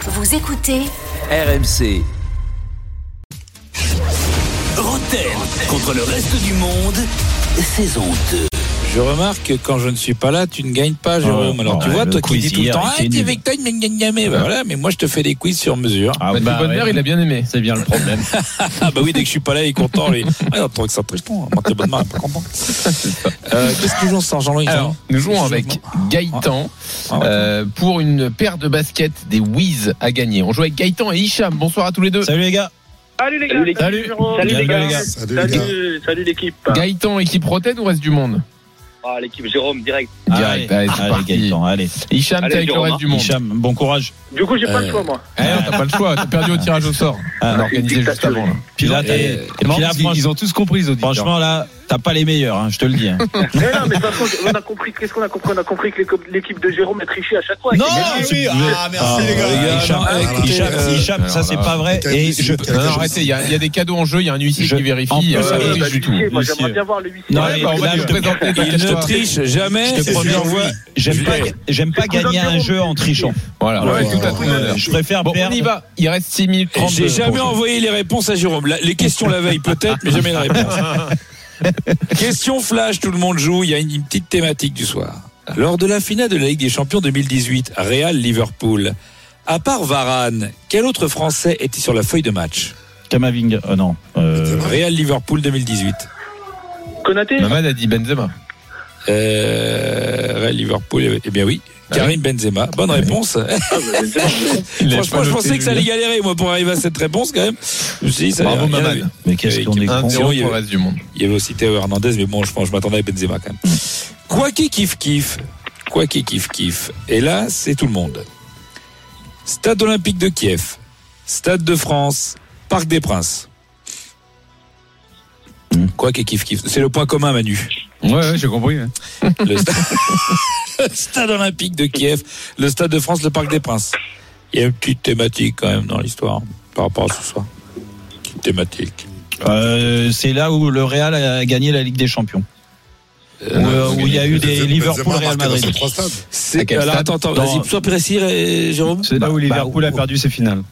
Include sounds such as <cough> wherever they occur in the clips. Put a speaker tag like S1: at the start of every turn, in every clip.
S1: Vous écoutez
S2: RMC. Roten contre le reste du monde, saison 2.
S3: Je remarque que quand je ne suis pas là, tu ne gagnes pas, Jérôme.
S4: Ah,
S3: Alors tu
S4: ouais,
S3: vois,
S4: le
S3: toi qui
S4: quiz
S3: dis tout le
S4: hier
S3: temps, ah,
S4: était
S3: t'es
S4: nul.
S3: avec toi, il ne gagne jamais. Ben voilà, mais moi je te fais des quiz sur mesure.
S4: Ah,
S5: Patrick Bonnemer, il a bien aimé.
S4: C'est bien le problème.
S3: Ah bah oui, dès que je suis pas là, il est content. Lui. Ah non, tant que ça triche pas, hein. Moi, t'es bonne main, pas content. Euh, Qu'est-ce que nous jouons sans Jean-Louis
S5: Alors, nous jouons avec Gaëtan
S3: Ah, ouais.
S5: euh, pour une paire de baskets des Wiz à gagner. On joue avec Gaëtan et Hicham. Bonsoir à tous les deux.
S4: Salut les gars.
S6: Salut les
S4: Salut les
S6: gars.
S4: gars. Salut.
S6: Jérôme.
S4: Salut les gars.
S6: Salut, salut, salut l'équipe.
S5: Gaëtan, équipe Rotten ou reste du monde
S6: Ah, l'équipe Jérôme direct.
S5: Direct, allez, Ah, bah, c'est
S4: allez
S5: parti.
S4: Gaëtan, allez.
S5: Hicham,
S6: Allez,
S5: t'es avec le
S6: Jérôme,
S5: reste
S6: hein.
S5: du monde.
S4: Hicham, bon courage.
S6: Du coup, j'ai pas le choix moi.
S5: Eh, non, t'as pas le choix, t'as perdu au tirage au sort.
S4: Ah,
S5: On a organisé juste avant. Là.
S4: Puis là, t'as-
S3: Et-
S4: puis là, franch-
S7: Ils ont tous compris, les auditeurs.
S4: franchement, là, t'as pas les meilleurs, hein, je te le dis. hein.
S6: Mais non, mais de toute façon, on a compris. Qu'est-ce qu'on a compris On a compris que l'éco- l'équipe de Jérôme a triché à chaque fois.
S4: Non,
S6: Mais
S4: c'est-
S7: oui, ah, merci,
S4: Ah,
S7: les gars.
S4: Hicham,
S3: Ah,
S4: Hicham,
S3: écoutez,
S4: Hicham,
S3: euh,
S4: Hicham, ça
S5: alors
S4: c'est
S5: là,
S4: pas vrai.
S7: t'as
S4: Et
S7: dit,
S4: je-
S7: t'as
S5: Non,
S7: dit,
S5: non, arrêtez, il y, a il y a des cadeaux en jeu, il y a un huissier
S4: Je-
S5: qui vérifie.
S4: en plus,
S5: euh,
S4: ça
S6: ouais,
S5: triche
S6: bah,
S5: du tout.
S6: l'huissier, Moi,
S4: L'huissier.
S6: j'aimerais bien voir le huissier.
S4: Non,
S5: Ouais,
S4: mais
S5: bah, on va
S4: là,
S5: lui
S4: je-
S5: présenter,
S3: Il
S5: t'inquiète
S3: ne
S5: pas.
S3: triche jamais.
S4: je te
S3: Eh, C'est
S4: promets,
S3: sûr, ouais.
S4: j'aime pas, j'aime pas
S6: C'est le
S4: gagner
S6: cousin
S4: un
S6: de
S4: jeu
S6: Jérôme.
S4: en trichant. Euh,
S5: Voilà,
S3: Ouais,
S5: tout à ton honneur.
S4: Je préfère
S5: Bon, on
S4: perdre.
S5: y va. Il reste 6 minutes 30.
S3: J'ai jamais envoyé les réponses à Jérôme. La- Les questions la veille peut-être, mais jamais la réponse. Question flash, tout le monde joue. Il y a une, une petite thématique du soir. Lors de la finale de la Ligue des Champions 2018, Real Liverpool. À part Varane, quel autre Français était sur la feuille de match
S4: Kamavinga, oh non. euh,
S3: Real Liverpool 2018.
S6: bah, Konaté
S5: Maman a dit Benzema.
S3: Euh, Real Liverpool, eh bien oui. Karim Benzema, bonne réponse.
S5: Il a
S3: <laughs> Franchement,
S5: pas
S3: je
S5: noté,
S3: pensais que ça allait
S5: Julien.
S3: galérer, moi, pour arriver à cette réponse, quand même. Je me suis dit, ça allait
S5: Bravo,
S3: rien
S5: Maman.
S3: avoir.
S4: Mais qu'est-ce
S3: Oui,
S4: qu'on est con.
S5: 1-0
S3: Sinon,
S5: pour
S3: il y
S5: le
S3: avait-
S5: reste du monde.
S3: Il y avait aussi Théo Hernandez, mais bon, je pense, je m'attendais à Benzema quand même. Quoi qui kiffe, kiffe. Quoi qui kiffe, kiffe. Et là, c'est tout le monde. Stade olympique de Kiev, Stade de France, Parc des Princes.
S4: Hmm.
S3: Quoi qui kiffe, kiffe. C'est le point commun, Manu.
S7: Ouais, ouais, j'ai compris. ouais.
S3: <laughs> Le stade, <laughs> le stade olympique de Kiev, le Stade de France, le Parc des Princes. Il y a une petite thématique quand même dans l'histoire hein, par rapport à ce soir. Petite thématique.
S4: Euh, c'est là où le Real a gagné la Ligue des Champions. Où, euh, où il y a eu des Liverpool Real Madrid.
S7: Trois stades.
S3: C'est
S5: quel
S3: alors,
S5: stade
S3: attends, attends,
S4: Dans-
S3: vas-y, sois précis, euh, Jérôme.
S7: C'est là où Liverpool a perdu ses finales.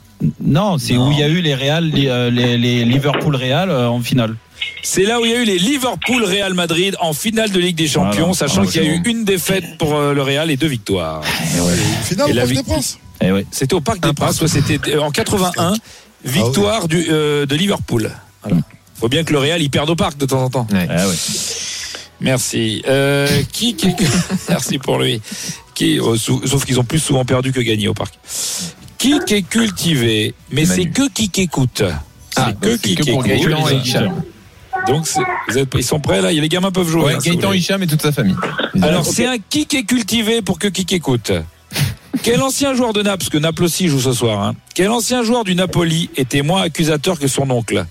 S4: Non, c'est
S3: Non.
S4: où il y a eu les Real, les, euh, les- les Liverpool Real euh, en finale.
S3: C'est là où il y a eu les Liverpool Real Madrid en finale de Ligue des Champions,
S4: Voilà.
S3: sachant
S4: Ah,
S3: qu'il y a
S4: c'est
S3: eu une défaite pour euh, le Real et deux victoires.
S7: Finale,
S3: Et la
S7: on
S3: vic-
S7: des Princes.
S4: Eh ouais.
S3: C'était au Parc des Princes, ouais, c'était euh, en 81, victoire du, euh, de Liverpool. Voilà. Faut bien que le Real il perde au Parc de temps en temps.
S4: Ah ouais.
S3: Merci. Euh, qui, qui- <laughs> merci pour lui. Qui, oh, sou- sauf qu'ils ont plus souvent perdu que gagné au Parc. Qui est cultivé, mais
S5: Manu.
S3: c'est que qui qui écoute. C'est
S5: Ah,
S3: que
S5: donc
S3: qui hein.
S5: c'est que
S3: qui
S5: pour
S3: écoute.
S5: Gaëtan et Hicham.
S3: Donc c'est- vous êtes- ils sont prêts là, les gamins peuvent jouer.
S5: Ouais,
S3: hein, si vous
S5: Gaëtan,
S3: voulez.
S5: Hicham et toute sa famille.
S3: Alors, c'est un kick est cultivé pour que kick
S5: <laughs>
S3: écoute. Quel ancien joueur de Naples, parce que Naples aussi joue ce soir, hein. quel ancien joueur du Napoli était moins accusateur que son oncle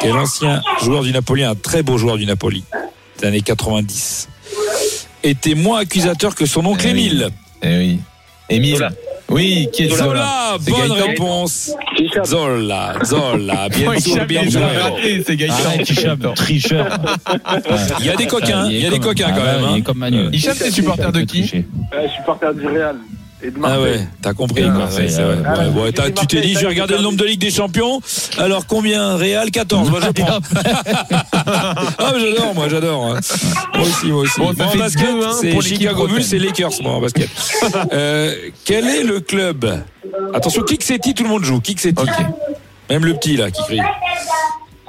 S3: Quel ancien joueur du Napoli, un très beau joueur du Napoli, des années 90, était moins accusateur que son oncle
S5: Eh oui.
S3: Émile
S5: Eh oui. Émile. Oui, qui est
S3: Zola,
S5: Zola C'est
S3: bonne
S5: Gaëtan.
S3: réponse.
S6: Hicham.
S3: Zola, Zola,
S5: <laughs>
S3: bien
S5: Oh,
S3: sûr,
S5: Hicham,
S3: bien
S5: il
S3: joué.
S5: l'a raté, C'est Gaëtan.
S4: Arrête, Hicham, Ah, tricheur.
S3: Il y a des coquins, il y a des
S4: comme-
S3: coquins
S4: Ah
S3: quand
S4: bah,
S3: même.
S4: Il est
S3: hein.
S4: comme Manu.
S5: Hicham, t'es supporter de qui
S4: Tricher.
S6: Euh, Je suis partenaire du Real et de
S3: Ah
S6: Marseille.
S3: ouais, t'as compris.
S4: Ah,
S3: quoi.
S4: Marseille,
S3: Ouais, c'est
S4: ouais.
S3: vrai.
S6: Ah
S3: Ouais,
S6: ouais.
S3: ouais, t'as- tu t'es dit, je vais regarder le nombre de Ligue des Champions. Alors combien Real 14. Moi je
S5: <laughs>
S3: prends. Ah mais j'adore, moi j'adore. hein. Moi aussi, moi aussi.
S5: Bon, ça
S3: Moi, en
S5: fait
S3: basket,
S5: 2-1
S3: c'est
S5: pour l'équipe
S3: Chicago Bulls,
S5: bretonne.
S3: c'est Lakers, moi en basket. Euh, quel est le club Attention, Kick City, tout le monde joue. Kick City. Même le petit là qui crie.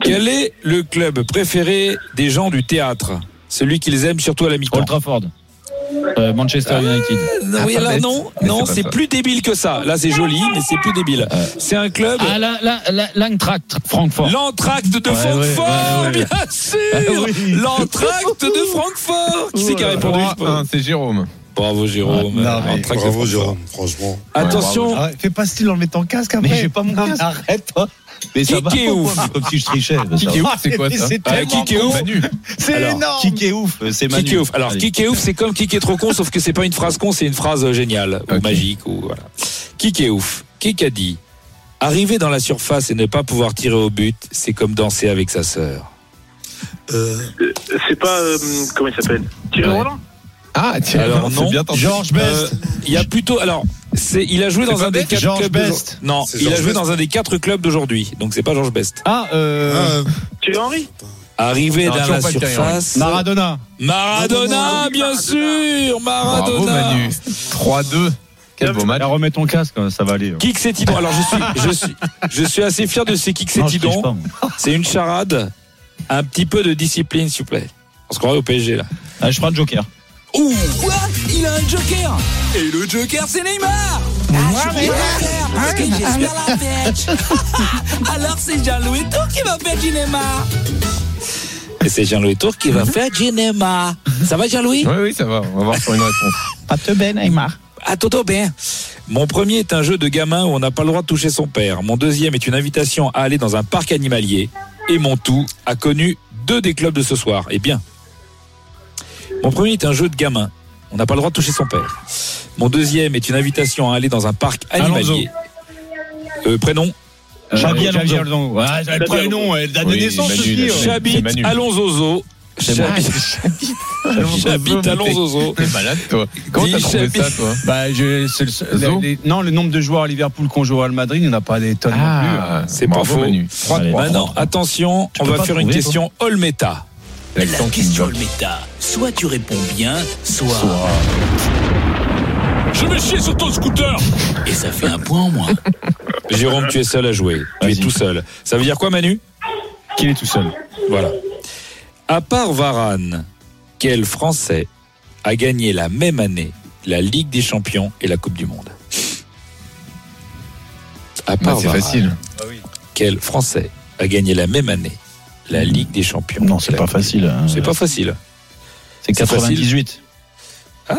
S3: Quel est le club préféré des gens du théâtre Celui qu'ils aiment surtout à la mi-temps.
S4: Old Trafford. Euh, Manchester United.
S3: Non,
S5: Ah,
S3: oui,
S5: ça
S3: là,
S5: bête.
S3: non,
S5: Mais
S3: non,
S5: c'est pas
S3: c'est
S5: ça.
S3: plus débile que ça. Là, c'est joli, mais c'est plus débile. C'est un club.
S4: Ah, la, la, la, l'Eintracht, Francfort.
S3: L'entracte de
S4: Ouais,
S3: Francfort,
S4: ouais, ouais, ouais.
S3: bien sûr L'entracte de Francfort Qui c'est qui a répondu
S5: 3-1, c'est Jérôme.
S3: Bravo Jérôme.
S7: Ah, mais
S3: L'entracte de
S7: Bravo,
S3: Francfort.
S7: Jérôme, franchement.
S3: Attention,
S8: Ah, fais pas style enlever ton casque après.
S4: Mais j'ai pas mon casque.
S8: Arrête toi.
S4: Mais ça va.
S3: Kiki est ouf.
S4: Comme si je trichais.
S5: Qui est ouf, c'est quoi
S8: mais
S5: ça Ah,
S8: c'est
S3: tellement Kiki est con. ouf.
S5: Manu.
S8: C'est
S3: Alors,
S8: énorme.
S4: Qui est ouf, c'est Manu.
S3: Kick est ouf. Alors,
S4: Allez.
S3: kick est ouf, c'est comme kick est trop con, sauf que c'est pas une phrase con, c'est une phrase euh, géniale, ou
S5: Ok.
S3: magique, ou voilà. Kick est ouf. Kick a dit Arriver dans la surface et ne pas pouvoir tirer au but, c'est comme danser avec sa sœur.
S7: Euh,
S6: C'est pas. euh, comment il s'appelle Thierry
S5: Ouais.
S6: Roland
S5: Ah, tiens,
S3: Alors, non.
S5: c'est bien tenté.
S4: Georges
S3: Euh, Il y a plutôt. Alors, C'est, il a joué dans
S4: pas
S3: un des
S4: Best
S3: quatre
S4: George
S3: clubs.
S4: Best.
S3: d'aujourd'hui. Non,
S7: C'est
S3: il a
S7: George
S3: joué
S7: Best.
S3: dans un des quatre clubs d'aujourd'hui. Donc c'est pas Georges Best.
S4: Ah, euh,
S7: Euh,
S6: Thierry Henry
S3: Arrivé
S5: Non,
S3: dans
S5: toujours
S3: la
S5: pas le terrain,
S3: surface.
S4: Maradona.
S3: Maradona, bien sûr,
S5: Bravo
S3: Maradona.
S5: Manu. 3-2. Quel beau match.
S1: Là, remets ton casque, ça va aller.
S3: Kix et Tidon. Alors je suis, je suis, je suis assez fier de ces Kix et
S1: Non, je triche
S3: Tidon.
S1: pas, moi.
S3: C'est une charade. Un petit peu de discipline, s'il vous plaît. On se croirait au PSG là.
S4: Ah, je prends le Joker.
S2: Ouh Quoi Il a un joker Et le joker, c'est Neymar Ah, je suis Ah, joker parce que je suis à la fête <laughs> Alors c'est Jean-Louis Tour qui va faire du Neymar Mhm.
S3: Et c'est Jean-Louis Tour qui va faire.
S2: du Neymar Ça va Jean-Louis
S5: Oui, oui, ça va. On va voir sur une réponse.
S4: Pas te ben, Neymar.
S2: À Toto bien
S3: Ah, ben. Mon premier est un jeu de gamin où on n'a pas le droit de toucher son père. Mon deuxième est une invitation à aller dans un parc animalier. Et mon tout a connu deux des clubs de ce soir. Et bien. Mon premier est un jeu de gamin. On n'a pas le droit de toucher son père. Mon deuxième est une invitation à aller dans un parc animalier. Euh, prénom
S4: Xabi
S1: Euh,
S4: Alonso.
S1: Xabi Alonso. Ouais,
S4: Le prénom, elle date
S5: Oui, Manu, Manu.
S4: ouais.
S3: Chabit
S5: c'est Manu.
S3: Alonsozo. Chabit Chabit Alonsozo.
S5: T'es malade, toi. Comment t'as
S3: Dis,
S5: trouvé
S3: Chabi.
S5: ça, toi
S1: Bah, je, c'est le seul-
S5: Zo.
S1: les- les- non, le nombre de joueurs à Liverpool qu'on joue au Real Madrid, il n'y en a pas des
S4: Ah,
S1: tonnes hein.
S3: c'est
S5: hein. bravo,
S3: pas faux.
S5: Manu.
S1: Allez,
S5: Trois,
S3: Maintenant, attention, on
S1: peux
S3: va
S1: pas
S3: faire une
S1: trouver,
S3: question Olmeta.
S5: L'accent
S2: La
S5: qui me
S2: question
S5: bloque.
S2: le méta. Soit tu réponds bien, soit...
S3: Je vais chier sur ton scooter
S2: Et ça fait un point en moins.
S3: <laughs> Jérôme, tu es seul à jouer. Tu es tout seul. Ça veut dire quoi, Manu
S1: Qu'il est tout
S5: Bah,
S1: seul.
S3: Voilà. À part Varane, quel Français a gagné la même année la Ligue des Champions et la Coupe du Monde À
S5: Bah,
S3: part
S5: c'est
S3: Varane,
S5: facile.
S3: quel Français a gagné la même année la Ligue des Champions
S4: Non, c'est
S3: et la
S4: pas
S3: Coupe du
S4: facile.
S3: Monde
S4: hein.
S3: C'est pas facile.
S4: C'est
S3: c'est facile.
S4: 98.
S5: Ah,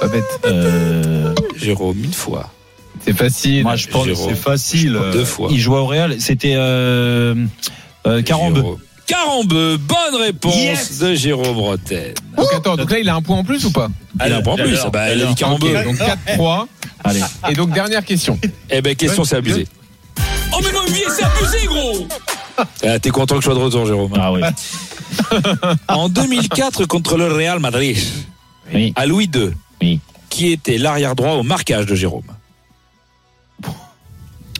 S5: pas bête.
S4: Euh,
S3: Jérôme, une fois,
S5: C'est facile.
S4: moi, je pense que
S3: Jérôme.
S4: c'est facile. euh,
S3: deux fois.
S4: Il jouait au Real. C'était euh, euh, Carambeu.
S3: Jérôme. Carambeu, bonne réponse de Jérôme Rotten.
S5: Donc attends, donc là il a un point en plus ou pas
S3: Il en prend plus.
S4: alors,
S3: Bah, il a dit Carambeu.
S5: Ok, donc 4-3.
S4: Allez.
S5: Et donc dernière question.
S3: Eh ben, question, c'est abusé. Oh, mais mon vieil, c'est abusé, gros <laughs> Ah, T'es content que je sois de retour, Jérôme
S1: <laughs>
S4: Ah oui.
S3: <laughs> En 2004, contre le Real Madrid,
S4: Oui.
S3: à Louis II,
S4: Oui.
S3: qui était l'arrière droit au marquage de Jérôme.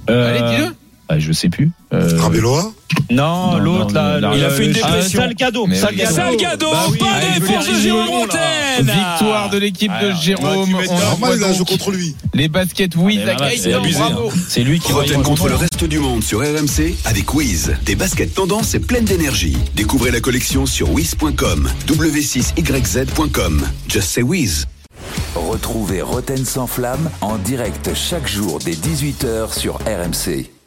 S4: Euh,
S5: Allez, dis-le.
S4: bah, je sais plus. Euh,
S7: Rabeloa
S1: Ah, Non,
S4: Non,
S1: l'autre,
S4: non,
S1: là.
S4: non,
S1: le-
S3: il a fait une
S1: le-
S3: dépression.
S1: Ah, Salgado.
S5: Mais oui.
S1: Salgado.
S3: Salgado,
S1: Bah oui.
S3: bonne
S1: Allez, je veux
S3: réponse
S1: dire,
S3: de Jérôme
S1: Gignac, là.
S3: Montaigne
S5: Victoire de l'équipe de
S1: Alors,
S5: Jérôme.
S1: toi, tu
S5: On
S1: m'étonnes.
S5: envoie
S7: Normal, il a joué
S5: donc
S7: contre lui.
S5: les baskets Wiz
S4: Mais
S5: à
S4: voilà, c'est
S5: Gaëtan.
S4: abusé, hein.
S5: Bravo.
S4: C'est lui qui
S8: Roten
S4: voyait-
S8: contre le reste du monde sur RMC avec Wiz. Des baskets tendance et pleines d'énergie. Découvrez la collection sur wiz.com, w6yz.com. Just say Wiz.
S2: Retrouvez Roten sans flamme en direct chaque jour dès 18h sur RMC.